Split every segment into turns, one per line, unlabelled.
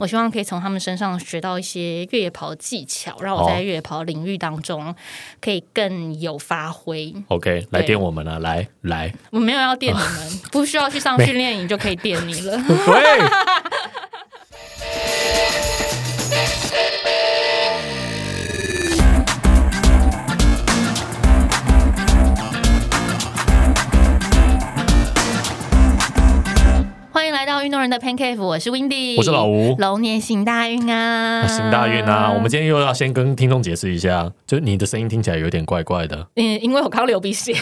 我希望可以从他们身上学到一些越野跑的技巧，让我在越野跑领域当中可以更有发挥。
OK，来电我们了、来来，
我没有要电你 们，不需要去上训练营就可以电你了。
喂，
欢迎来到运动人的 Pancake，我是 Windy，
我是老吴
龙年行大运啊，
行大运啊！我们今天又要先跟听众解释一下，就是你的声音听起来有点怪怪的，
嗯，因为我刚流鼻血，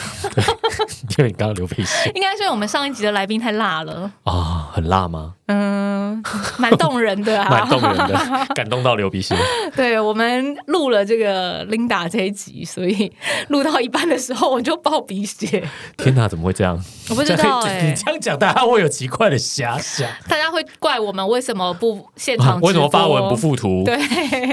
因为你刚刚流鼻血
应该是因为我们上一集的来宾太辣了，
啊，很辣吗？
嗯，蛮动人的啊，
蛮动人 的，感动到流鼻血。
对我们录了这个 Linda 这一集，所以录到一半的时候我就爆鼻血，
天哪，怎么会这样？
我不知道
这
哎、
你这样讲，大家会有奇怪的 遐想。啊
大家会怪我们为什么不现场、
为什么发文不？附图？
对，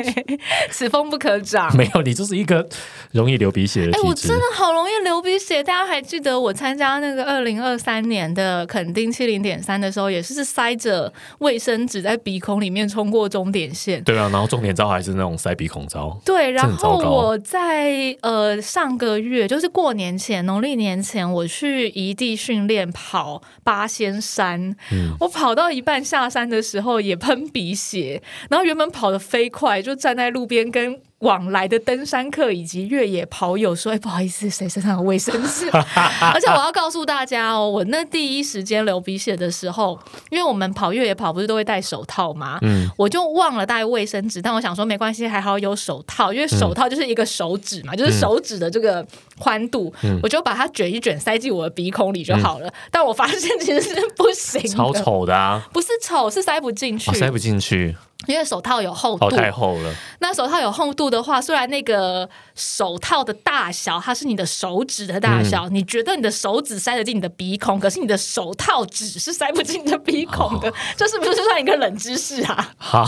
此风不可长。
没有，你就是一个容易流鼻血的
哎、我
体质
真。的好容易流鼻血，大家还记得我参加那个二零二三年的垦丁七零点三的时候，也是塞着卫生纸在鼻孔里面冲过终点线。
对啊，然后重点招还是那种塞鼻孔招。
对，然
真的糟
后
糕
我在呃上个月，就是过年前，农历年前，我去异地训练跑八仙山，
嗯
我跑到一半下山的时候也喷鼻血，然后原本跑得飞快，就站在路边跟。往来的登山客以及越野跑友说：“哎、不好意思，谁身上有卫生纸？”
啊
而且我要告诉大家哦，我那第一时间流鼻血的时候，因为我们跑越野跑不是都会戴手套吗？
嗯
我就忘了带卫生纸，但我想说没关系，还好有手套，因
嗯
为手套就是一个手指嘛，就是手指的这个宽度，
嗯
我就把它卷一卷塞进我的鼻孔里就好了。但我发现其实是不行的，
超丑的啊，
不是丑，是塞不进去，
啊塞不进去，
因为手套有厚
哦，
度。
太厚了。
那手套有厚度的话，虽然那个手套的大小它是你的手指的大小，你觉得你的手指塞得进你的鼻孔，可是你的手套纸是塞不进你的鼻孔的，这是不是算一个冷知识啊？
好，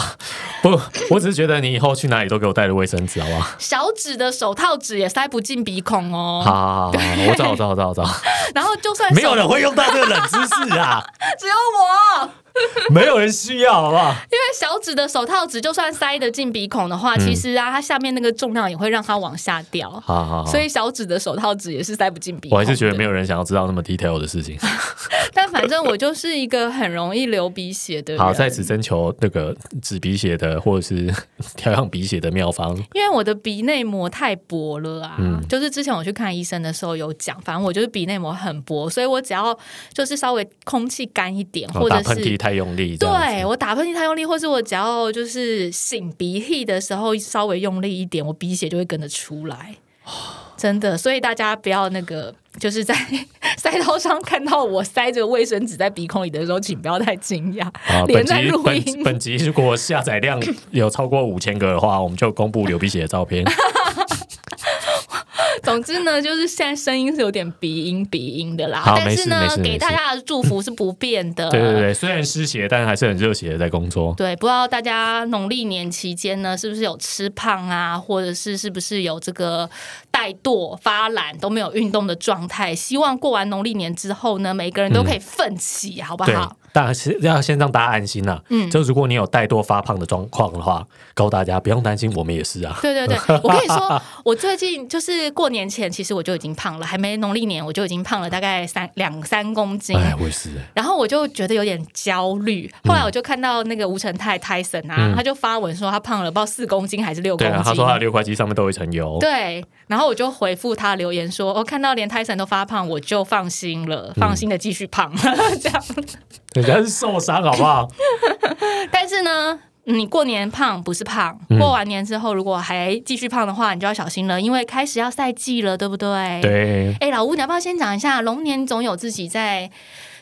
不，我只是觉得你以后去哪里都给我带着卫生纸，好不好？
小指的手套指也塞不进鼻孔哦。
好好好，好我知道，我知道，我知道，我知道，
然后就算
没有
手
人会用到这个冷知识啊，
只有我，
没有人需要，好不好？
因为小指的手套指就算塞得进鼻孔的话，其实啊，它下面那个重量也会让它往下掉，
好好好，
所以小指的手套指也是塞不进鼻
我
孔。
还是觉得没
有，
有人想要知道那么 detail 的事情。
但反正我就是一个很容易流鼻血的人。
好，在此征求那个止鼻血的或者是调养鼻血的妙方。
因为我的鼻内膜太薄了啊，
嗯
就是之前我去看医生的时候有讲，反正我就是鼻内膜很薄，所以我只要就是稍微空气干一点，
然
或
后
者
哦打
是
喷嚏太用力，这样子
对我打喷嚏太用力，或是我只要就是擤鼻涕的时候稍微用力一点，我鼻血就会跟着出 来。真的，所以大家不要那个，就是在 赛道上看到我塞着卫生纸在鼻孔里的时候，请不要太惊讶。
啊，
连
本
在
集
录
本
音，
本集如果下载量有超过五千个的话，我们就公布流鼻血的照片。
总之呢，就是现在声音是有点鼻音鼻音的啦。
好
但
没
是
事
呢
没，事
给
没
大
事
家的祝福是不变的。
对对对，虽然失血，但还是很热血的在工作。
对，不知道大家农历年期间呢，是不是有吃胖啊，或者是是不是有这个怠惰、发懒都没有运动的状态？希望过完农历年之后呢，每个人都可以奋起，好不
嗯对
好？，
大家先要先让大家安心呐、嗯，就如果你有怠惰发胖的状况的话，告诉大家不用担心，我们也是啊。
对对对， 我跟你说，我最近就是过年前，其实我就已经胖了，还没农历年我就已经胖了大概三两三公斤。
哎，我也是。
然后我就觉得有点焦虑，
嗯
后来我就看到那个吴成泰泰森啊，他就发文说他胖了不知道四公斤还是六公
对
斤，
啊，他说他的六块肌上面都有一层油。
对，然后我就回复他留言说：“我、哦看到连泰森都发胖，我就放心了，
嗯
放心的继续胖。 这样。
人家是受伤，好不好？
但是呢，你过年胖不是胖，
嗯
过完年之后如果还继续胖的话，你就要小心了，因为开始要赛季了，对不 对？。
对，
哎，老吴，你要不要先讲一下龙年总有自己在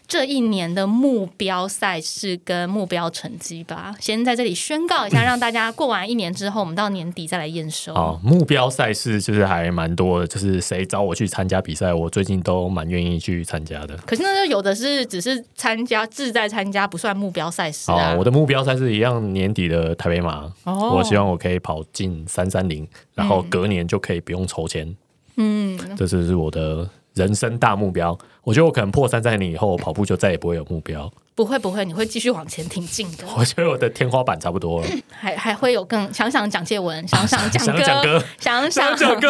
这一年的目标赛事跟目标成绩吧？先在这里宣告一下，让大家过完一年之后，我们到年底再来验收。
好，哦目标赛事就是还蛮多的，就是谁找我去参加比赛，我最近都蛮愿意去参加的。
可是那就有的是只是参加志在参加，不算目标赛事
好、
啊。
我的目标赛事一样，年底的台北马，
哦
我希望我可以跑进三三零，然后隔年就可以不用抽签。嗯，这就是我的人生大目标。我觉得我可能破三三零以后，我跑步就再也不会有目标。
不会不会，你会继续往前挺进的，
我觉得我的天花板差 不多了。
还还会有更想想蒋介文，想 想蒋
想想
哥
哥，
想
张
想
小哥，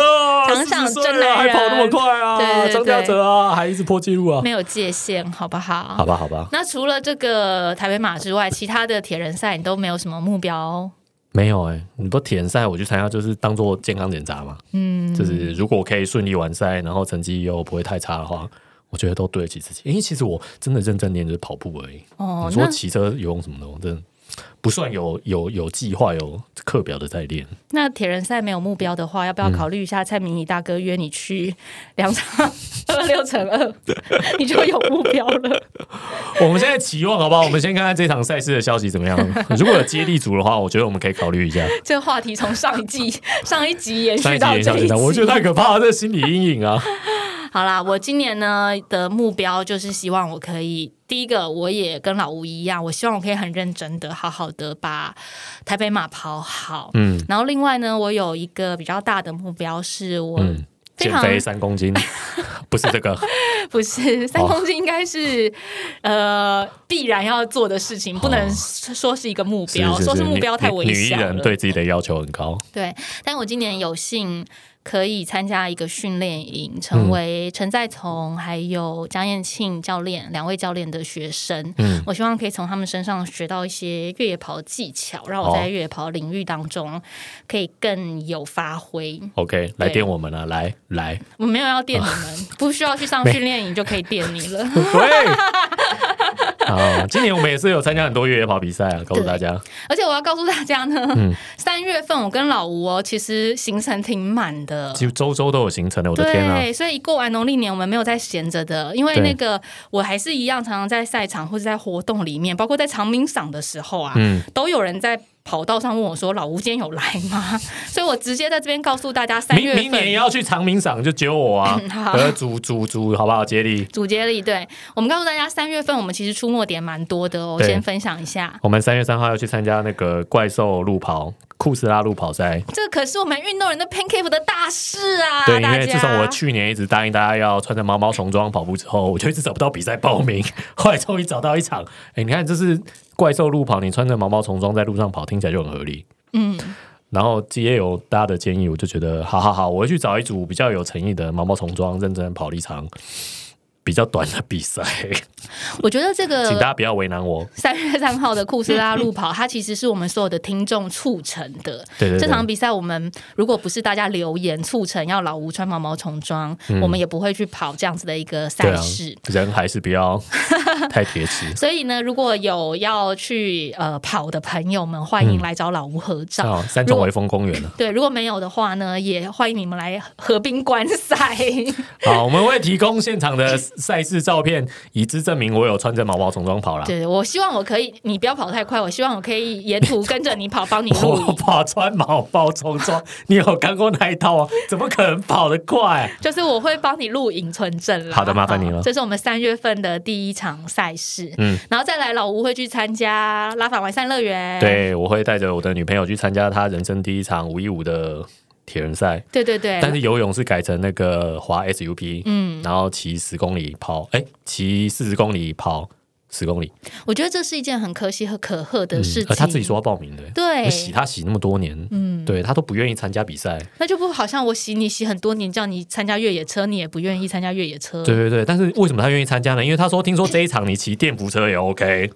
想想
40岁
真
了
男
还
人
跑那么快啊！
对对对
张嘉哲啊，还一直破纪录啊！
没有界限，好不好？
好吧，好吧，
那除了这个台北马之外，其他的铁人赛你都没有什么目标？
没有哎、你不体验赛我去参加，就是当做健康检查嘛。嗯，就是如果我可以顺利完赛，然后成绩又不会太差的话，我觉得都对得起自己。因为其实我真的认真练就是跑步而已。
哦
你，
那
说骑车、游泳什么的，我真的不算有有有计划、有课表的在练。
那铁人赛没有目标的话，要不要考虑一下蔡明仪大哥约你去两 场二六乘二，你就有目标了？
我们现在期望好不好？我们先看看这场赛事的消息怎 么样。如果有接力组的话，我觉得我们可以考虑一下。
这个话题从上一 季上一集延
上
续
一集
到
也
这
像
一集，
我觉得太可怕了，这心理阴影啊！
好啦，我今年呢的目标就是希望我可以，第一个我也跟老吴一样，我希望我可以很认真的、好好的把台北马跑好。
嗯
然后另外呢，我有一个比较大的目标是我、
嗯，
非
减
常
肥三 公斤，不是这个，
不是三
哦
公斤，应该是、呃必然要做的事情，不能说是一个目
哦是
标，
是
说
是
目
女
标太
女
危
女艺
险了。
人对自己的要求很高，
对，但我今年有幸可以参加一个训练营，成为
嗯
陈在从还有江燕庆教练两位教练的学生。
嗯
我希望可以从他们身上学到一些越野跑的技巧，让我
好
在越野跑领域当中可以更有发挥。
OK，来电我们啊，来来，
我没有要电你
哦
们，不需要去上训练营就可以电你了。
喂，啊，今年我们也是有参加很多越野跑比赛啊，告诉大家，
而且我要告诉大家
嗯
呢， 三、月份我跟老吴哦，其实行程挺满的，
几乎周周都有行程的，我的天啊，
对，所以一过完农历年，我们没有再闲着的，因为
对
那个我还是一样，常常在赛场或者在活动里面，包括在长鸣赏的时候啊，
嗯
都有人在跑道上问我说：“老吴今天有来吗？” 所以我直接在这边告诉大家，三
明
月
明年
份。
也要去长明赏，就揪我啊
嗯 好，
呃，组组组，好不好？接力，
主接力，对我们告诉大家，三月份我们其实出没点蛮多的哦。
对
先分享一下，
我们三月三号要去参加那个怪兽路跑库斯拉路跑赛，
这可是我们运动人的 Pancake 的大事 啊！
对，因
大
为
家
自从我去年一直答应大家要穿着毛毛虫装跑步之后，我就一直找不到比赛报名， 后来终于找到一场。哎、你看，这是怪兽路跑，你穿着毛毛虫装在路上跑，听起来就很合理。
嗯，
然后也有大家的建议，我就觉得好好好，我会去找一组比较有诚意的毛毛虫装，认真跑了一场比较短的 比赛，
我觉得这个
请大家不要为难我。
三月三号的库斯拉路 跑，它其实是我们所有的听众促成的。
对对对
这场比赛我们如果不是大家留言促成要老吴穿毛毛虫装，我们也不会去跑这样子的一个
嗯对
赛
啊
事。，
人还是不要太铁 齿。
所以呢，如果有要去呃跑的朋友们，欢
嗯
迎来找老吴合照。
哦，三
如
重
果
微风公园啊，
对，如果没有的话呢，也欢迎你们来河滨观赛。
好，我们会提供现场的赛事照片，以资证明我有穿着毛毛虫装跑啦。
对，我希望我可以，你不要跑太快，我希望我可以沿途跟着你跑，帮你录
我
影。
跑穿毛包冲撞，你有看过那一套啊？怎么可能跑得快、
就是我会帮你录影存证啦。
好的麻烦你了
这是我们三月份的第一场赛事，嗯
嗯，
然后再来老吴会去参加拉法完善乐园，
对，我会带着我的女朋友去参加她人生第一场五一五的铁人赛，
对对对
但是游泳是改成那个滑 SUP，嗯，然后骑十公里跑，哎、骑四十公里跑十公里，呃
我觉得这是一件很可喜和可贺的事情。
嗯而她自己说要报名的、
对
我洗她洗那么多年，嗯，对她都不愿意参加比赛，
那就不好像我洗你洗很多年，叫你参加越野车，你也不愿意参加越野车。
对对对，但是为什么他愿意参加呢？因为他说，听说这一场你骑电扶车也 OK，、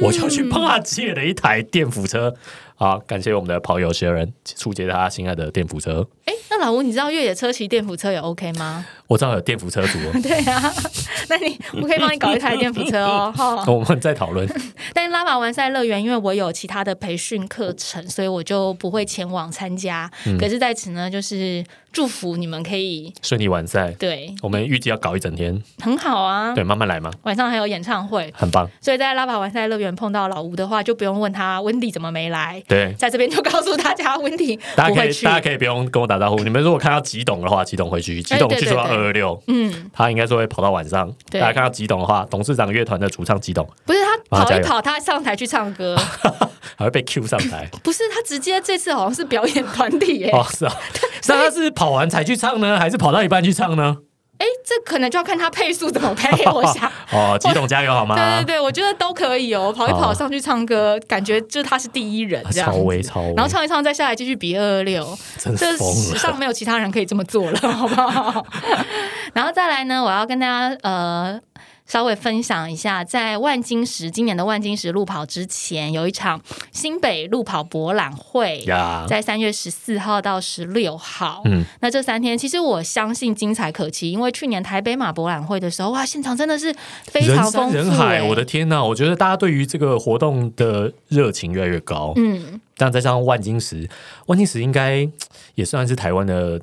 我就去帮他借了一台电扶车。好，感谢我们的跑友学人出借他心爱的电扶车。
哎，那老吴，你知道越野车骑电扶车也 OK 吗？
我知道有电扶车组哦，
对啊， 那你我可以帮你搞一台电扶车哦， 哈。
我们在讨论。
但拉法完赛乐园，因为我有其他的培训课程，所以我就不会前往参加。
嗯
可是在此呢，就是祝福你们可以
顺利完赛，
对
我们预计要搞一整天，
很好啊。
对，慢慢来嘛，
晚上还有演唱会，
很棒。
所以在拉法完赛乐园碰到老吴的话，就不用问他温迪怎么没来。
对，
在这边就告诉大家，温迪
大
不
家可
会
以
去
大。家可以不用跟我打招呼。你们如果看到吉董的话，吉董会去，吉
哎
董
对
据
对
说要
对
二二六，
嗯，
他应该是会跑到晚上。
对
大家看到吉董的话，董事长乐团的主唱吉董
不是他跑
加
一
油啊
跑，他上台去唱歌，
还会被 Q 上台。
不是他直接这次好像是表演团体耶、
哦 啊哦，是啊，那他是跑完才去唱呢，还是跑到一半去唱呢？
哎，这可能就要看他配速怎么配。我想，
哦，吉董加油好吗？
对对对，我觉得都可以哦，跑一跑
好
上去唱歌，感觉就是他是第一人这样
啊超
子。
威超威，
然后唱一唱，再下来继续比二二六，
真
这
是 疯
史
了。
上没有其他人可以这么做了，好不好？ 然后再来呢，我要跟大家呃稍微分享一下，在万金石今年的万金石路跑之前，有一场新北路跑博览会。
呀，
在三月十四号到十六号，
嗯
那这三天其实我相信精彩可期，因为去年台北马博览会的时候，哇，现场真的是非常
人
丰
山
富、
人海，
欸
我的天呐！我觉得大家对于这个活动的热情越来越高。
嗯，
但再加上万金石，万金石应该也算是台湾的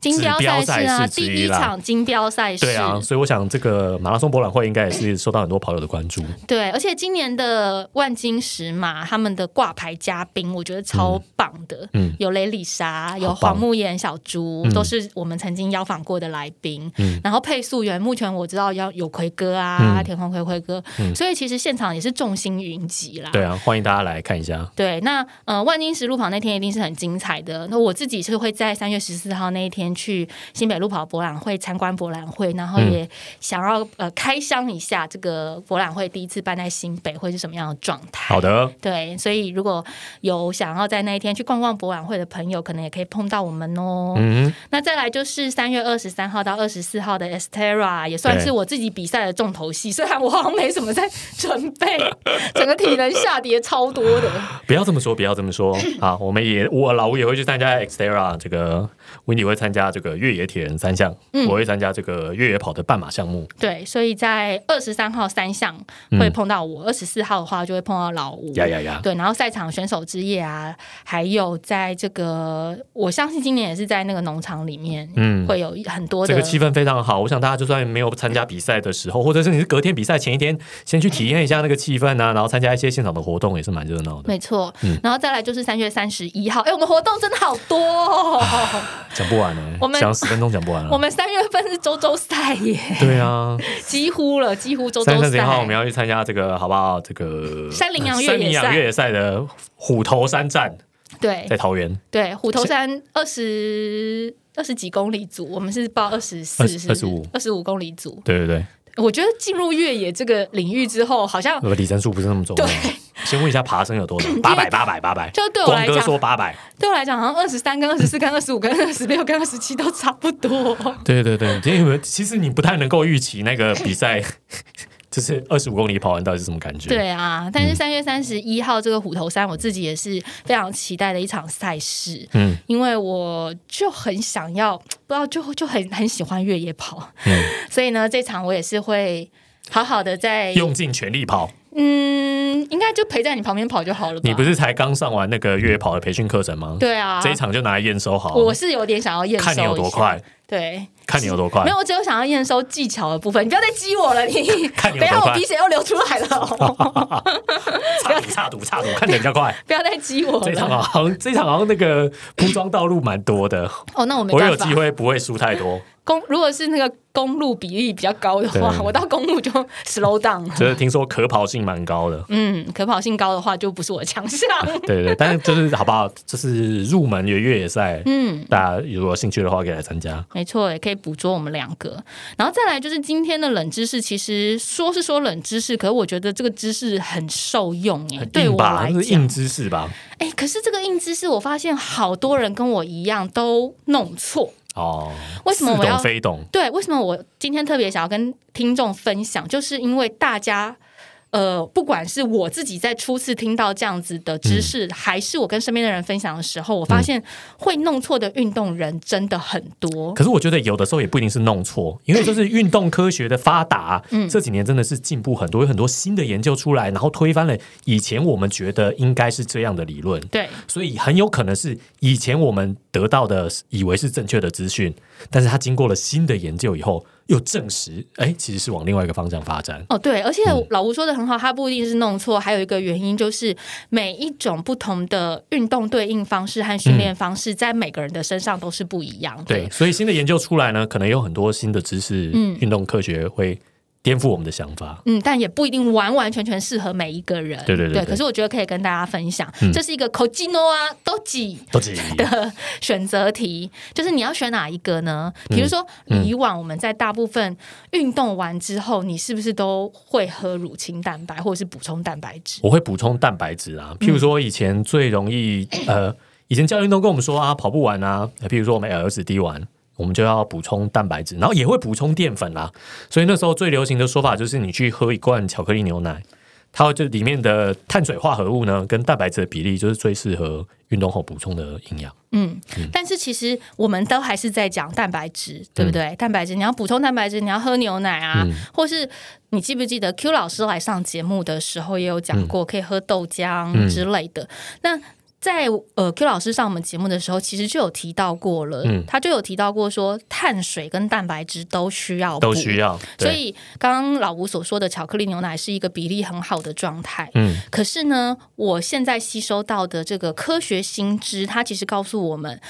金标赛事
指标
啊，
赛事
第
之一
一
啦
场金标赛事，
对啊，所以我想这个马拉松博览会应该也是受到很多跑友的关注。
对，而且今年的万金石嘛，他们的挂牌嘉宾，我觉得超棒的。
嗯
有雷里莎，有
好棒
黄木妍、小猪，
嗯
都是我们曾经邀访过的来宾。
嗯
然后配速员，目前我知道要有奎哥啊，
嗯
田宏奎奎哥，
嗯
所以其实现场也是众星云集啦。
对啊，欢迎大家来看一下。
对，那呃，万金石路跑那天一定是很精彩的。那我自己是会在三月十四号那一天去新北路跑博览会参观博览会，然
嗯
后也想要、呃开箱一下这个博览会第一次办在新北会是什么样的状态。
好。的，
对，所以如果有想要在那一天去逛逛博览会的朋友，可能也可以碰到我们哦。
嗯，
那再来就是三月二十三号到二十四号的 Estera，也算
对
是我自己比赛的重头戏。虽然我好像没什么在准备，整个体能下跌超多的。
不要这么说，不要这 么说啊！我们也我老吴也会去参加 Xterra 这个 w i n d y 会参加这个越野铁人三项，
嗯
我会参加这个越野跑的半马项目。
对，所以在二十三号三项会碰到我，二十四号的话就会碰到老吴。
嗯呀呀呀！
对，然后赛场选手之夜啊，还有在这个，我相信今年也是在那个农场里面，
嗯
会有一很多
这
的。
个气氛非常好，我想大家就算没有参加比赛的时候，或者是你是隔天比赛前一天，先去体验一下那个气氛 啊，然后参加一些现场的活动，也是蛮热闹的。
没错，
嗯
然后再来就是三月三十一号，哎，我们活动真的好多、 哦，
讲不完呢、
我们
讲十分钟讲不完
我
了。
们三月份是周周赛 耶，
对啊，
几乎了，几乎周
三
周
月三十一
赛。
号我们要去参加这个好不好？这个
山羚羊越野赛
山羚羊越野赛的虎头山站
对
在桃园，
对虎头山二十二十几公里组，我们是报二十四、
20 25
二十五公里组。
对对对，
我觉得进入越野这个领域之后，好像
那个里程数不是那么重要
对。嗯
先问一下爬升有多少？八百八百八百。
就对我
光
来
哥
讲，
说八百，
对我来讲，好像二十三跟二十四跟二十五跟二十六跟二十七都差不多。
对对对，因为其实你不太能够预期那个比赛， 就是二十五公里跑完到底是什么感觉？
对啊，
嗯
但是三月三十一号这个虎头山，我自己也是非常期待的一场赛事，
嗯
因为我就很想要，不知道就就很很喜欢越野跑，
嗯，
所以呢，这场我也是会好好的在
用尽全力
啊
跑。
嗯，应该就陪在你旁边跑就好了吧？
你不是才刚上完那个越野跑的培训课程吗？、
对啊，
这一场就拿来验收好，
我是有点想要验收，
看你有多快，，
对。
看你有多快
没。有，我只有想要验收技巧的部分。你不要再激我了，你
看你有
等一
多快
下我鼻血又流出来了 哦，
差赌差赌差赌，看起来比 较快。
不要再激我
这一场
了。
好像这一场好像那个铺装道路蛮多的，
哦，那我 没
我有
办法。
机会不会输太多。
公如果是那个公路比例比较高的话，
对
我到公路就 slow down 了。
就是听说可跑性蛮高的，
嗯，可跑性高的话就不是我的强 项。
对对对，但是就是好不好？就是入门的越野赛，
嗯，
大家如果有兴趣的话可以来参加。
没错，也可以捕捉我们两个。然后再来就是今天的冷知识，其实说是说冷知识，可是我觉得这个知识很受用哎，
很
对
硬
我
吧，
来
这是
讲
硬，知识吧？
哎，可是这个硬知识，我发现好多人跟我一样都弄错。
哦，
为什么
似
我要
懂非懂？
对，为什么我今天特别想要跟听众分享，就是因为大家。呃，不管是我自己在初次听到这样子的知识，还是我跟身边的人分享的时候，我发现会弄错的运动人真的很多。
可是我觉得有的时候也不一定是弄错，因为就是运动科学的发达，
嗯
这几年真的是进步很多，有很多新的研究出来，然后推翻了以前我们觉得应该是这样的理论。
对，
所以很有可能是以前我们得到的以为是正确的资讯，但是它经过了新的研究以后，又证实，哎，其实是往另外一个方向发展。
哦对，而且老吴说的很好，他不一定是弄错，还有一个原因就是每一种不同的运动对应方式和训练方式，在每个人的身上都是不一样的。
对，所以新的研究出来呢，可能有很多新的知识，运动科学会。颠覆我们的 想法。
嗯，但也不一定完完全全适合每一个人。
对对对
对
对
可是我觉得可以跟大家分享，
嗯
这是一个 c o g i n o 啊 d o j i
都急，
的选择题，就是你要选哪一个呢？比如说，
嗯
以往我们在大部分运动完之后，你是不是都会喝乳清蛋白或者是补充蛋白质？
我会补充蛋白质啊，譬如说以前最容易、呃，以前教练都跟我们说啊，跑步完啊，呃譬如说我们 L S D 完。我们就要补充蛋白质，然后也会补充淀粉啦。所以那时候最流行的说法就是，你去喝一罐巧克力牛奶，它会就里面的碳水化合物呢跟蛋白质的比例，就是最适合运动后补充的营养。
嗯，但是其实我们都还是在讲蛋白质，对不对？
嗯
蛋白质你要补充蛋白质，你要喝牛奶啊，或是你记不记得 Q 老师来上节目的时候也有讲
嗯
过，可以喝豆浆之类的。那在呃 Q 老师上我们节目的时候，其实就有提到过了，
嗯
他就有提到过说碳水跟蛋白质都需要
都
补
需要。
所
对，
以刚刚老吴所说的巧克力牛奶是一个比例很好的状态。
嗯
可是呢，我现在吸收到的这个科学新知，它其实告诉我们，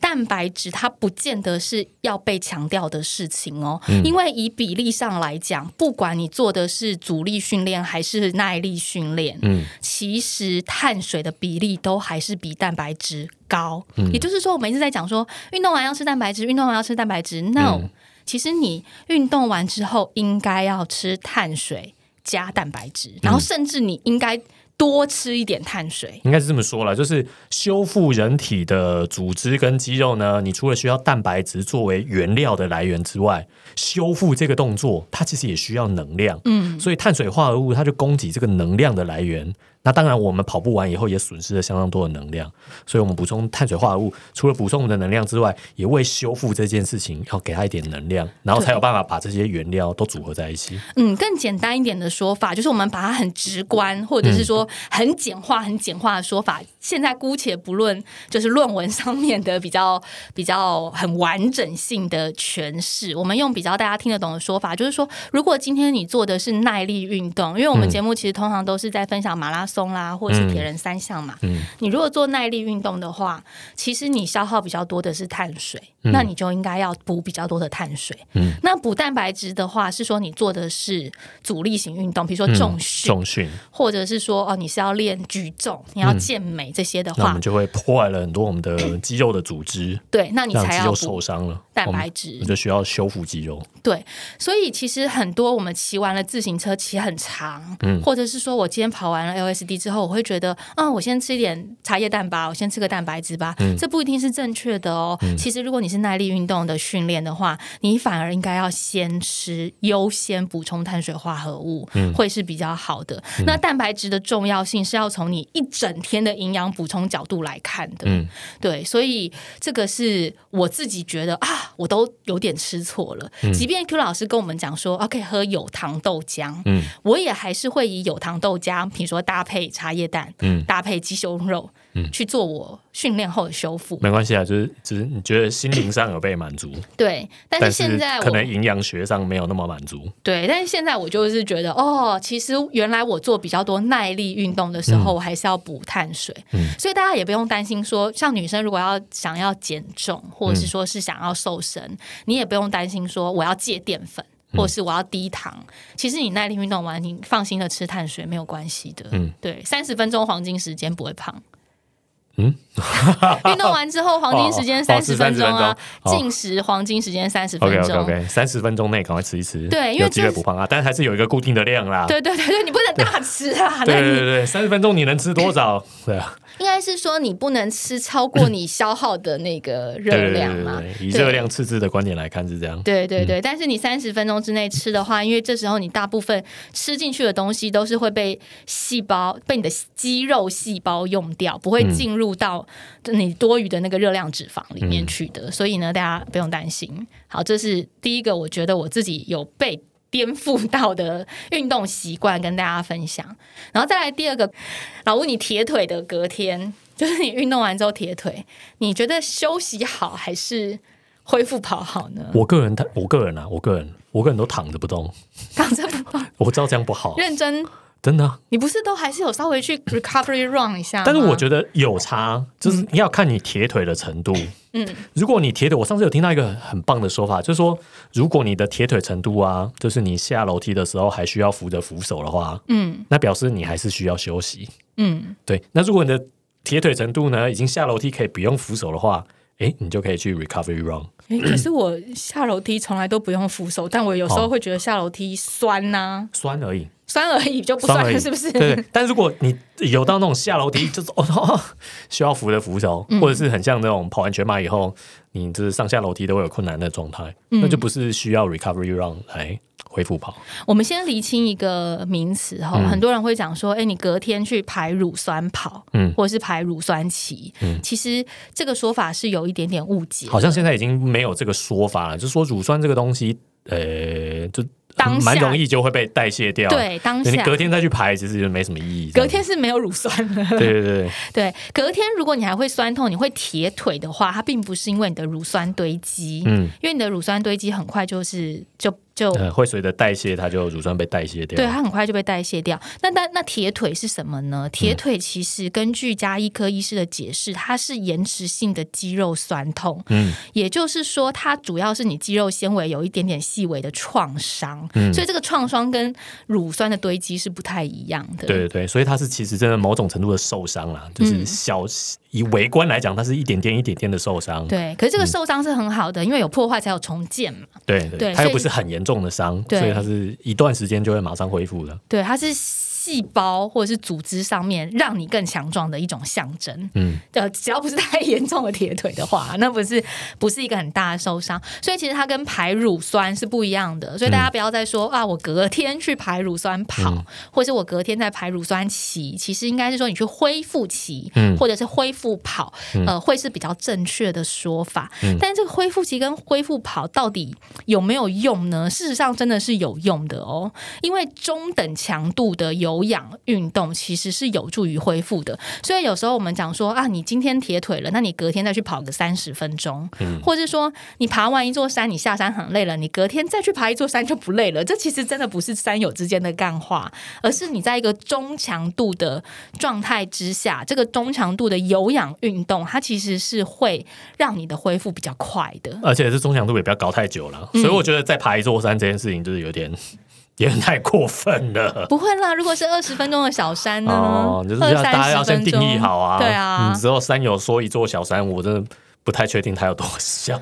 蛋白质它不见得是要被强调的事情哦。
嗯
因为以比例上来讲，不管你做的是阻力训练还是耐力训练，
嗯，
其实碳水的比例都还是比蛋白质高。
嗯
也就是说，我们一直在讲说，运动完要吃蛋白质，运动完要吃蛋白质。No，、其
嗯
实你运动完之后应该要吃碳水加蛋白质，然后甚至你应该多吃一点碳水。
应该是这么说啦，就是修复人体的组织跟肌肉呢，你除了需要蛋白质作为原料的来源之外，修复这个动作它其实也需要能量，嗯，所以碳水化合物它就供给这个能量的来源。那当然，我们跑步完以后也损失了相当多的能量，所以我们补充碳水化合物，除了补充我们的能量之外，也为修复这件事情要给它一点能量，然后才有办法把这些原料都组合在一起。
嗯，更简单一点的说法，就是我们把它很直观，或者是说很简化、很简化的说法。现在姑且不论，就是论文上面的比较 比较很完整性的诠释，我们用比较大家听得懂的说法，就是说，如果今天你做的是耐力运动，因为我们节目其实通常都是在分享马拉松啦，或者是铁人三项嘛。你如果做耐力运动的话，其实你消耗比较多的是碳水，
嗯
那你就应该要补比较多的碳水。那补蛋白质的话，是说你做的是阻力型运动，比如说重训，
嗯重训，
或者是说哦你是要练举重，你要健美这些的
那我
话，
们就会破坏了很多我们的肌肉的组织。
对，那你
让
才
肌
要
肉受
补
伤了，
蛋
我们嗯
白质
你。就需要修复肌肉。
对，所以其实很多我们骑完了自行车，骑很长，或者是说我今天跑完了 LSD 之后，我会觉得，啊，我先吃一点茶叶蛋吧，我先吃个蛋白质吧，这不一定是正确的哦。其实如果你是耐力运动的训练的话，你反而应该要先吃，优先补充碳水化合物，会是比较好的。那蛋白质的重要性是要从你一整天的营养补充角度来看的，
嗯
对，所以这个是我自己觉得啊，我都有点吃错了。
嗯
即便 Q 老师跟我们讲说，啊，可以喝有糖豆浆，
嗯
我也还是会以有糖豆浆，比如说搭配茶叶蛋，
嗯
搭配鸡胸肉，去做我训练后的修复。
没关系啊，就是只是你觉得心灵上有被满足，
对，但是
但
现
是
在
可
我
能营养学上没有那么满足。
对，但是现在我就是觉得，哦，其实原来我做比较多耐力运动的时候，
嗯
我还是要补碳水，所以大家也不用担心说，像女生如果要想要减重，或
嗯
者是说是想要瘦身，你也不用担心说我要戒淀粉。
嗯
或是我要低糖，其实你耐力运动完，你放心的吃碳水没有关系的。
嗯
对，三十分钟黄金时间不会胖。
嗯，
运动完之后黄金时间
哦
三十分钟啊，
哦
进食黄金时间三十分
OK
钟。
OK OK，三十分钟内赶快吃一吃，
对因为
有机会
这
补胖啊，但是还是有一个固定的量啦。
对对对对，你不能大吃啊，
对
那
对
你
对对，三十分钟你能吃多少？ 对啊，
应该是说你不能吃超过你消耗的那个热
对对对
量
对
嘛
对，以
对
热量赤字的观点来看是这样。
对对对，但是你三十分钟之内吃的话，因为这时候你大部分吃进去的东西都是会被细胞、被你的肌肉细胞用掉，不会进入到你多余的那个热量脂肪里面去的。所以呢，大家不用担心。好，这是第一个，我觉得我自己有被。颠覆到的运动习惯跟大家分享，然后再来第二个，老吴，你铁腿的隔天，就是你运动完之后铁腿，你觉得休息好还是恢复跑好呢？
我个人，他 我个人啊，我个人，我个人都躺着不动，
躺着不动，
我知道这样不好，啊
认真
真的啊、
你不是都还是有稍微去 recovery run 一下吗？
但是我觉得有差，就是你要看你铁腿的程度。嗯，如果你铁腿，我上次有听到一个很棒的说法，就是说，如果你的铁腿程度啊，就是你下楼梯的时候还需要扶着扶手的话，嗯，那表示你还是需要休息。嗯，对。那如果你的铁腿程度呢，已经下楼梯可以不用扶手的话，诶，你就可以去 recovery run。
诶可是我下楼梯从来都不用扶手，但我有时
哦
候会觉得下楼梯酸呐、
酸而已，
酸而已就不
酸而已，
酸，是不是？
对对。但如果你有到那种下楼梯，就是哦哦 需要扶的扶手，
嗯
或者是很像那种跑完全马以后，你就是上下楼梯都会有困难的状态，
嗯
那就不是需要 recovery run 来恢复跑。
我们先厘清一个名词哈，
嗯
很多人会讲说，哎、你隔天去排乳酸跑，
嗯
或者是排乳酸旗，其实这个说法是有一点点误解。
好像现在已经没有这个说法了，就说乳酸这个东西，呃，就
当下
蛮容易就会被代谢掉。
对，当
啊对，你
下
隔天再去排，其实就没什么意义。
隔天，是没有乳酸的，
对对 对，
对，隔天如果你还会酸痛，你会铁腿的话，它并不是因为你的乳酸堆积，
嗯，
因为你的乳酸堆积很快就是就就。
呃，啊会随着代谢，它就乳酸被代谢掉。
对，它很快就被代谢掉。那那那铁腿是什么
嗯
呢？铁腿其实根据加医科医师的解释，它是延迟性的肌肉酸痛。
嗯，
也就是说，它主要是你肌肉纤维有一点点细微的创伤，
嗯
所以这个创伤跟乳酸的堆积是不太一样的。
对对对，所以它是其实真的某种程度的受伤啦，就是
嗯
小、以微观来讲，它是一点点一点点的受伤。
对，可是
嗯
这个受伤是很好的，因为有破坏才有重建嘛。
对
对
它又
所以
不是很严重的伤，
对
所以它是一段时间就会马上恢复的。
对，它是细胞或者是组织上面让你更强壮的一种象征。
嗯，
呃，只要不是太严重的铁腿的话，那不是不是一个很大的受伤。所以其实它跟排乳酸是不一样的。所以大家不要再说、啊，我隔天去排乳酸跑，或是我隔天在排乳酸骑，其实应该是说你去恢复骑，
嗯
或者是恢复跑，呃，会是比较正确的说法。但这个恢复期跟恢复跑到底有没有用呢？事实上真的是有用的哦，因为中等强度的有氧运动其实是有助于恢复的。所以有时候我们讲说啊，你今天铁腿了，那你隔天再去跑个三十分钟，或者说你爬完一座山，你下山很累了，你隔天再去爬一座山就不累了。这其实真的不是山友之间的干话，而是你在一个中强度的状态之下，这个中强度的有氧运动，它其实是会让你的恢复比较快的。
而且是中强度也不要搞太久
嗯
了，所以我觉得再爬一座山这件事情就是有点 有点太过分了。
不会啦，如果是二十分钟的小山呢？
哦，就是
嗯二
要大家要
三十分
先定
钟，
义好啊。
对啊
嗯，只有山友说一座小山，我真的不太确定它有多小。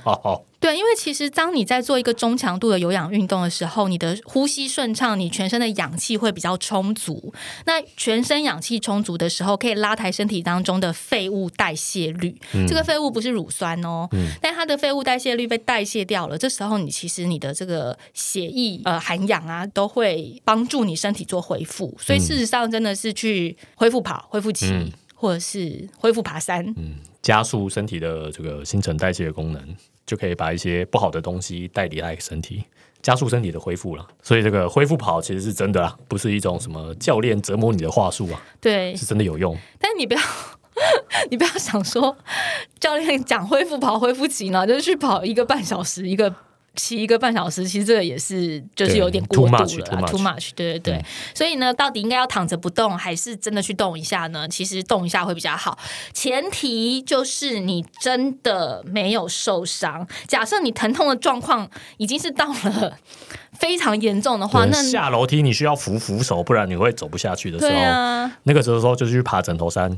对，因为其实当你在做一个中强度的有氧运动的时候，你的呼吸顺畅，你全身的氧气会比较充足。那全身氧气充足的时候，可以拉抬身体当中的废物代谢率。
嗯
这个废物不是乳酸哦，但它的废物代谢率被代谢掉了。这时候你其实你的这个血液呃含氧啊，都会帮助你身体做恢复。所以事实上真的是去恢复跑、恢复骑。
嗯
或者是恢复爬山，
嗯，加速身体的这个新陈代谢功能，就可以把一些不好的东西带离来身体，加速身体的恢复了。所以这个恢复跑其实是真的啦，不是一种什么教练折磨你的 话术啊，
对，
是真的 有用。
但你不要，你不要想说教练讲恢复跑、恢复骑呢，就是去跑一个半小时，一个骑一个半小时，其实这个也是就是
对
有点
too
过度了
much，嗯
啦
too
，too much，对对对。所以呢，到底应该要躺着不动，还是真的去动一下呢？其实动一下会比较好，前提就是你真的没有受伤。假设你疼痛的状况已经是到了非常严重的话，
对
那
下楼梯你需要扶扶手，不然你会走不下去的时
对
候，
啊，
那个时候就去爬枕头山，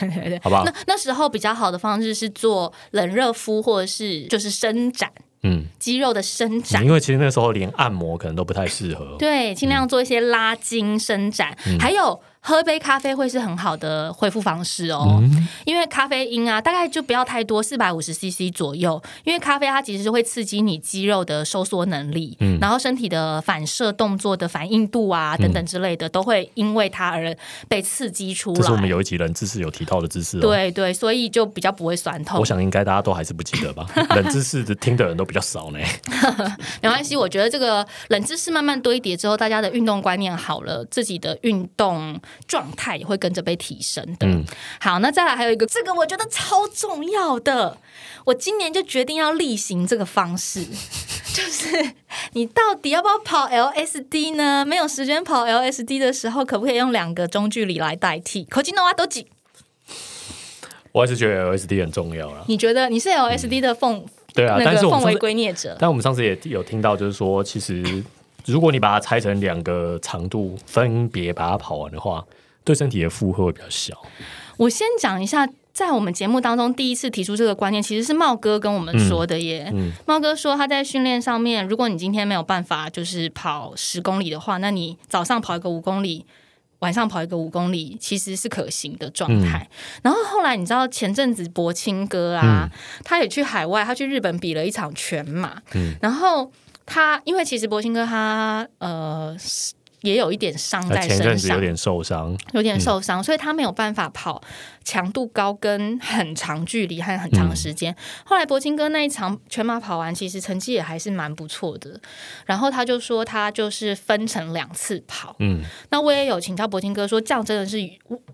对对
好不好
那？那时候比较好的方式是做冷热敷，或者是就是伸展
嗯，
肌肉的伸展。
因为其实那时候连按摩可能都不太适合。
对，尽量做一些拉筋伸展，
嗯
还有喝一杯咖啡会是很好的恢复方式哦。
嗯
因为咖啡因啊，大概就不要太多，四百五十 CC 左右。因为咖啡它其实是会刺激你肌肉的收缩能力，
嗯
然后身体的反射动作的反应度啊等等之类的，都会因为它而被刺激出
嗯这是我们
来。
有一集冷知识有提到的知识、哦。，
对对，所以就比较不会酸痛
我。想应该大家都还是不记 得吧？冷知识的听的人都比较少呢。
没关系，我觉得这个冷知识慢慢堆叠之后，大家的运动观念好了，自己的运动状态也会跟着被提升的。
嗯
好，那再来还有一个，这个我觉得超重要的，我今年就决定要例行这个方式， 就是你到底要不要跑 LSD 呢？没有时间跑 LSD 的时候，可不可以用两个中距离来代替？口金诺瓦多吉，
我还是觉得 LSD 很重要啦。
你觉得你是 LSD 的奉、
对啊，
那
但
个
是我
奉
们
为
上次，
圭臬者？
但我们上次也有听到，就是说，其实如果你把它拆成两个长度，分别把它跑完的话，对身体的负荷会比较小。
我先讲一下，在我们节目当中第一次提出这个观念，其实是茂哥跟我们说的耶。
嗯
茂哥说他在训练上面，如果你今天没有办法就是跑十公里的话，那你早上跑一个五公里。晚上跑一个五公里，其实是可行的状态。
嗯
然后后来你知道，前阵子博清哥啊，
嗯
他也去海外，他去日本比了一场全马。
嗯
然后他因为其实博清哥他呃是也有一点伤
那
在
啊前
身
阵
嗯
子
上
有，点受伤，
有点受伤，所以他没有办法跑强度高跟很长距离和很
嗯
长时间。后来博清哥那一场全马跑完，其实成绩也还是蛮不错的。然后他就说他就是分成两次跑。
嗯，
那我也有请教博清哥说，这样真的是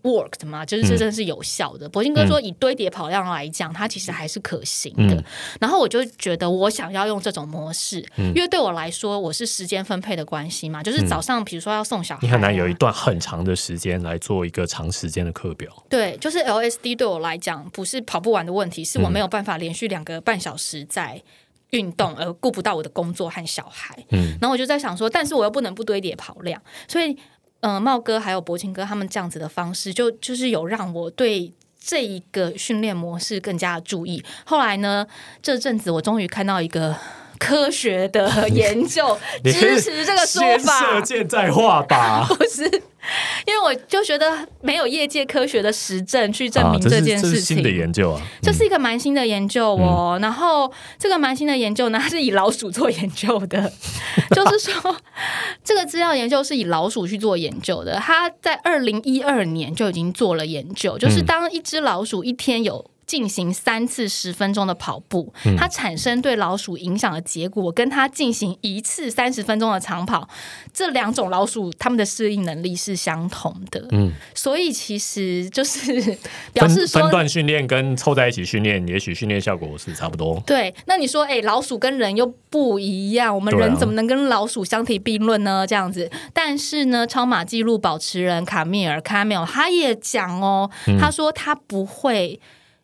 worked 吗？就是
嗯
这真的是有效的。博清哥说，以堆叠跑量来讲，它其实还是可行的。
嗯
然后我就觉得我想要用这种模式，因为对我来说，我是时间分配的关系嘛，就是早上比如说要送小孩啊、
嗯你很难有一段很长的时间来做一个长时间的课表。
对，就是 LSD 对我来讲不是跑不完的问题，
嗯
是我没有办法连续两个半小时在运动，而顾不到我的工作和小孩。
嗯
然后我就在想说，但是我又不能不堆叠跑量，所以呃，茂哥还有博清哥他们这样子的方式，就就是有让我对。这一个训练模式更加注意。后来呢，这阵子我终于看到一个科学的研究
你
支持这个说
先
法，
射箭再画 吧。
不是，因为我就觉得没有业界科学的实证去证明
啊这是
件
这
事
是新的
情。
研究啊，
这是一个蛮新的研究
嗯
哦，然后这个蛮新的研究呢，它是以老鼠做研究的，就是说这个资料研究是以老鼠去做研究的。它在二零一二年就已经做了研究，
嗯
就是当一只老鼠一天有进行三次十分钟的跑步，
嗯
它产生对老鼠影响的结果，跟它进行一次三十分钟的长跑，这两种老鼠它们的适应能力是相同的。
嗯
所以其实就是 表
分
示说
分。段训练跟凑在一起训练，也许训练效果是差不多。
对，那你说，哎、老鼠跟人又不一样，我们
对啊
人怎么能跟老鼠相提并论呢？这样子，但是呢，超马纪录保持人卡米尔卡米尔他也讲哦，
嗯
他说他不会。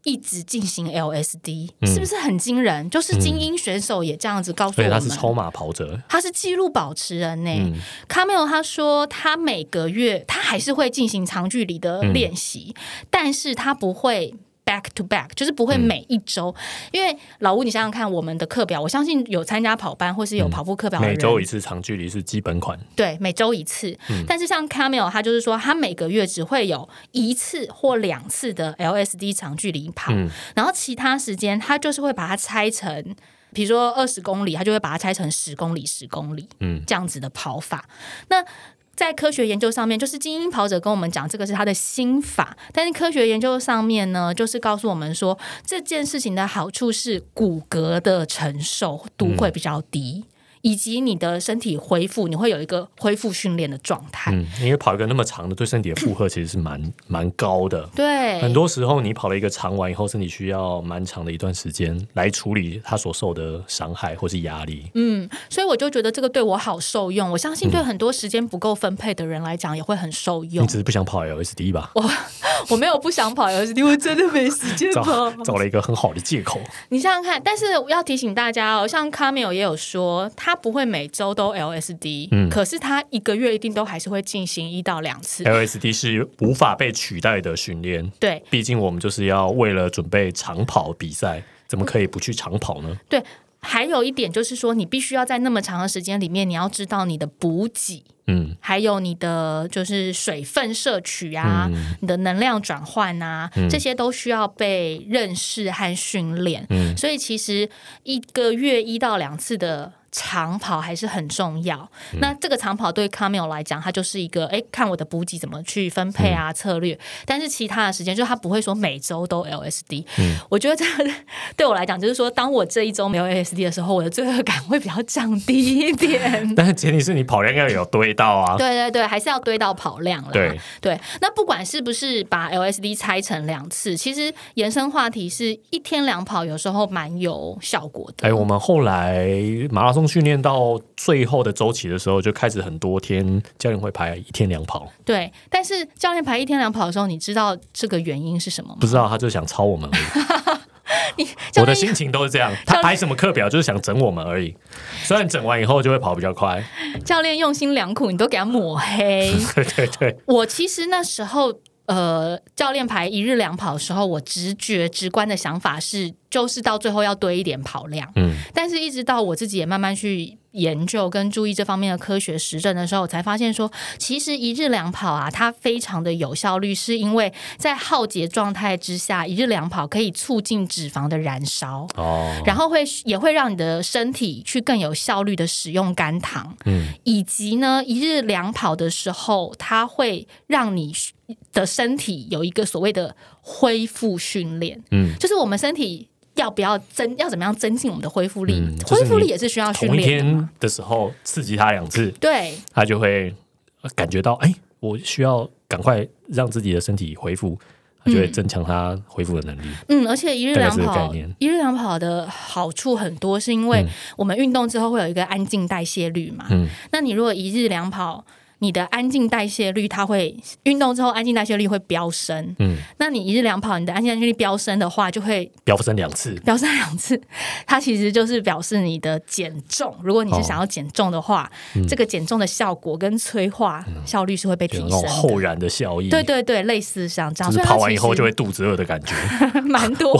一直进行 LSD，、是
嗯
不是很惊人？就是精英选手也这样子告诉
所
我
以
们，
嗯他是超马跑者，
他是纪录保持人呢、
嗯
卡梅尔他说，他每个月他还是会进行长距离的练
嗯
习，但是他不会。back to back 就是不会每一周，因为老吴，你想想看，我们的课表，我相信有参加跑班或是有跑步课表的人，
嗯每周一次嗯长距离是基本款。
对，每周一次。但是像 Camel，他就是说，他每个月只会有一次或两次的 LSD 长距离跑，
嗯
然后其他时间他就是会把它拆成。比如说二十公里，他就会把它拆成十公里、十公里，
嗯
这样子的跑法。那在科学研究上面，就是精英跑者跟我们讲，这个是他的心法。但是科学研究上面呢，就是告诉我们说，这件事情的好处是骨骼的承受度会比较低。
嗯
以及你的身体恢复，你会有一个恢复训练的状态。
嗯，因为跑一个那么长的，对身体的负荷其实是蛮蛮高的。
对，
很多时候，你跑了一个长完以后，身体需要蛮长的一段时间来处理它所受的伤害或是压力。
所以我就觉得这个对我好受用。我相信对很多时间不够分配的人来讲，也会很受用
你。只是不想跑 LSD 吧？
我没有不想跑 LSD，我真的没时间跑
找。找了一个很好的借口。
你想想看，但是我要提醒大家哦，像 Camille 也有说，他不会每周都 LSD，、可是他一个月一定都还是会进行一到两次。
LSD 是无法被取代的训练，
对，
毕竟我们就是要为了准备长跑比赛，怎么可以不去长跑呢？
对，还有一点就是说，你必须要在那么长的时间里面，你要知道你的补给，
嗯，
还有你的就是水分摄取啊，
嗯
你的能量转换啊，这些都需要被认识和训练。
嗯
所以其实一个月一到两次的。长跑还是很重要。
嗯
那这个长跑对 Camille 来讲，它就是一个哎，诶看我的补给怎么去分配啊，
嗯
策略。但是其他的时间，就他不会说每周都 LSD。我
嗯
觉得这个 对我来讲，就是说，当我这一周没有 LSD 的时候，我的罪恶感会比较降低一点。
但是前提是你跑量要有堆到啊。
对对对，还是要堆到跑量了。
对
那不管是不是把 LSD 拆成两次，其实延伸话题是一天两跑，有时候蛮有效果的。
哎哎，我们后来马拉松动训练到最后的周期的时候，就开始很多天教练会排一天两跑，
对，但是教练排一天两跑的时候，你知道这个原因是什么吗？
不知道他就想抄我们而已。
教
我的
练
心情都是这样，他排什么课表就是想整我们而已。虽然整完以后就会跑比较快，
教练用心良苦，你都给他抹黑。
对对对，
我其实那时候，呃，教练排一日两跑的时候，我直觉直观的想法是，就是到最后要堆一点跑量。
嗯，
但是，一直到我自己也慢慢去研究跟注意这方面的科学实证的时候，我才发现说，其实一日两跑啊，它非常的有效率，是因为在耗竭状态之下，一日两跑可以促进脂肪的燃烧。
哦，
然后会也会让你的身体去更有效率的使用肝糖，
嗯
以及呢一日两跑的时候，它会让你的身体有一个所谓的恢复训练，
嗯，
就是我们身体要不要增要怎么样增进我们的恢复力，
嗯就是
恢复力
你
也是需要训
同一
练的嘛
天的时候刺激他两次，
对，
他就会呃感觉到，哎、我需要赶快让自己的身体恢复，他就会增强他恢复的能力。
嗯，而且一日
大概
两
是这个
跑
概念，
一日两跑的好处很多，是因为我们运动之后会有一个安静代谢率嘛。
嗯
那你如果一日两跑，你的安静代谢率它会运动之后安静代谢率会飙升。
嗯，
那你一日两跑，你的安静代谢率飙升的话，就会
飙升两次，
飙升两次，它其实就是表示你的减重。如果你是想要减重的话，
嗯
这个减重的效果跟催化效率是会被提
有
升
那
的。
种后燃的效益。
对对对，类似像这样，
就
所
是
以它
跑完以
其
后
实
就会肚子饿的感觉，
蛮 多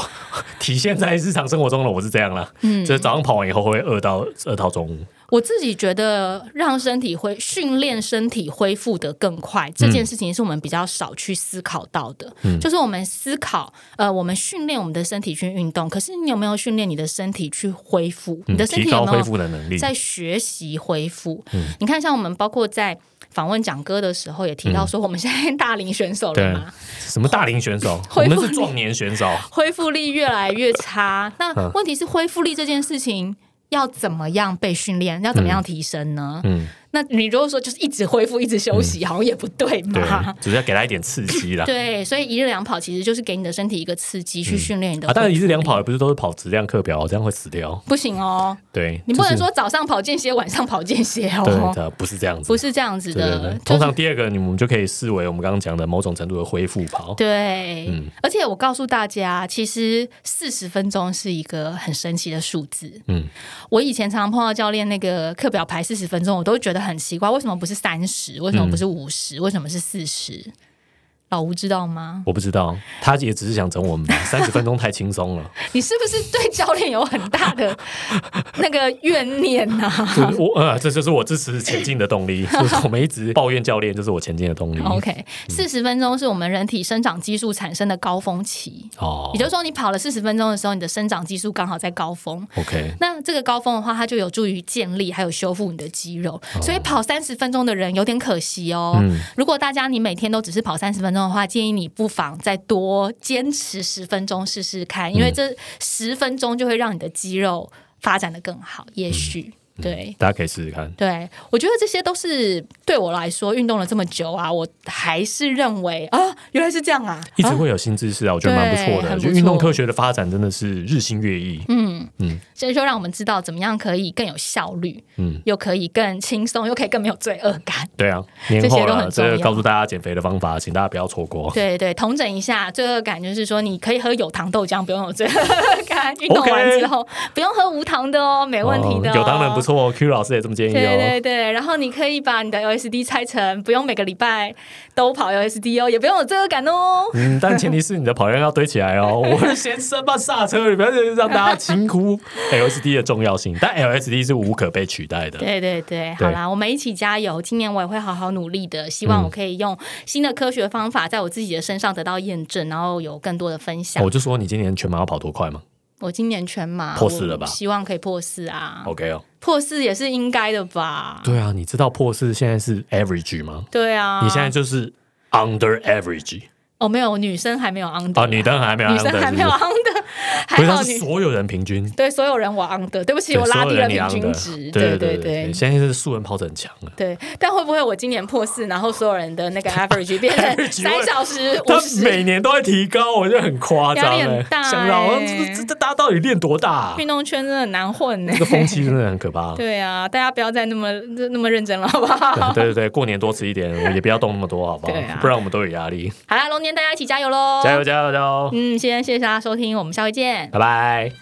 体现在日常生活中的我是这样啦，嗯，就是早上跑完以后会饿到饿到中午，
我自己觉得让身体恢训练身体恢复的更快这件事情，是我们比较少去思考到的。
嗯
就是我们思考，呃，我们训练我们的身体去运动，可是你有没有训练你的身体去恢复？
嗯
你的身
提
体
高
有没
恢
有
复的能力。嗯
在学习恢复？你看，像我们包括在访问蒋哥的时候，也提到说，我们现在大龄选手了
嗯对
嘛，，
什么大龄选 手，我
恢复
们是壮年选 手，
恢复力越来越差。
嗯
那问题是恢复力这件事情。要怎么样被训练？要怎么样提升呢？
嗯，
那你如果说就是一直恢复、一直休息，好像也不对
对
嘛。，
只是要给他一点刺激 啦。
对，所以一日两跑其实就是给你的身体一个刺激，去训练你的。
啊，当然一日两跑也不是都是跑质量课表，这样会死掉。
不行哦，
对，
你不能
就是
说早上跑间歇，晚上跑间歇
对
哦，
的，不是这样子，
不是这样子
对对
的。
对。
就
通
是
常第二个，你们就可以视为我们刚刚讲的某种程度的恢复跑。
对，而且我告诉大家，其实四十分钟是一个很神奇的数字。
嗯，
我以前常常碰到教练那个课表排四十分钟，我都觉得很奇怪，为什么不是三十？为什么不是五十、为什么是四十？老吴知道吗？
我不知道，他也只是想整我 们吧，三十分钟太轻松了。
你是不是对教练有很大的那个怨念啊呐、
就是我呃，这就是我支持前进的动 力。就是我们一直抱怨教练，就是我前进的动力。
o k 四十分钟是我们人体生长激素产生的高峰期，
哦
也就是说，你跑了四十分钟的时候，你的生长激素刚好在高峰。
，OK，
那这个高峰的话，它就有助于建立还有修复你的肌肉，所以跑三十分钟的人有点可惜哦。如果大家你每天都只是跑三十分钟的话，建议你不妨再多坚持十分钟试试看，因为这十分钟就会让你的肌肉发展的更好，也许、对。
大家可以试试看。
对，我觉得这些都是对我来说，运动了这么久啊，我还是认为啊，原来是这样啊，
一直
啊
会有新知识啊，我觉得蛮不错
对
的。
很
就
不
运动
错嗯
科学的发展真的是日新月异。
所以说让我们知道怎么样可以更有效率，
嗯
嗯，又可以更轻松，又可以更没有罪恶感。
对啊，年
这
后
些都
了，
很
这
重
个
要
告诉大家减肥的方法，请大家不要 错过。
对对，统整一下，罪恶感就是说，你可以喝有糖豆浆，不用有 罪恶感。运动完之后，不用喝无糖的哦，没问题的、
有当然不。错哦，Q 老师也这么建议
对对
哦。
对，然后你可以把你的 LSD 拆成，不用每个礼拜都跑 LSD 哦，也不用有罪恶感哦。
嗯，但前提是你的跑量要堆起来 哦。我是先生吧，刹车，你不要让大家轻忽 LSD 的重要性，但 LSD 是无可被取代的。
对对对，
对
好啦，我们一起加油！今年我也会好好努力的，希望
嗯
我可以用新的科学方法，在我自己的身上得到验证，然后有更多的分享。
哦我就说你今年全马要跑多快嘛
我今年全马
破四了吧
我希望可以破四啊，
？OK 哦，
破四也是应该的吧？
对啊，你知道破四现在是 average 吗？
对啊，
你现在就是 under average
哦没有，女生还没有 under
啊，你当然还没有
女生
under，
还没有
是不是
under，
不
还
是，
好
它是
你
所有人平均。
对所有人我昂的，对不起，
对
我拉
所
低
有
了
人你
平
昂
均
的
值，
对
对
对，现在是素人跑者很强了。
对，但会不会我今年破四，然后所有人的那个 average 变成
Average
三小时
他
五十？
每年都在提高，我觉得很夸张、
压力很
欸。
大欸
想到这这这大家到底练多大、啊？
运动圈真的很难混呢、
这个风气真的很可 怕。
对啊，大家不要再那么那么认真了，好不好？
对对对，过年多吃一点，也不要动那么多，好不 好？
对啊哦
不然我们都有压力。
好啦，龙年大家一起加油喽！
嗯
加油加油加油！
嗯，先谢谢大家收听，我们下回见。
拜拜。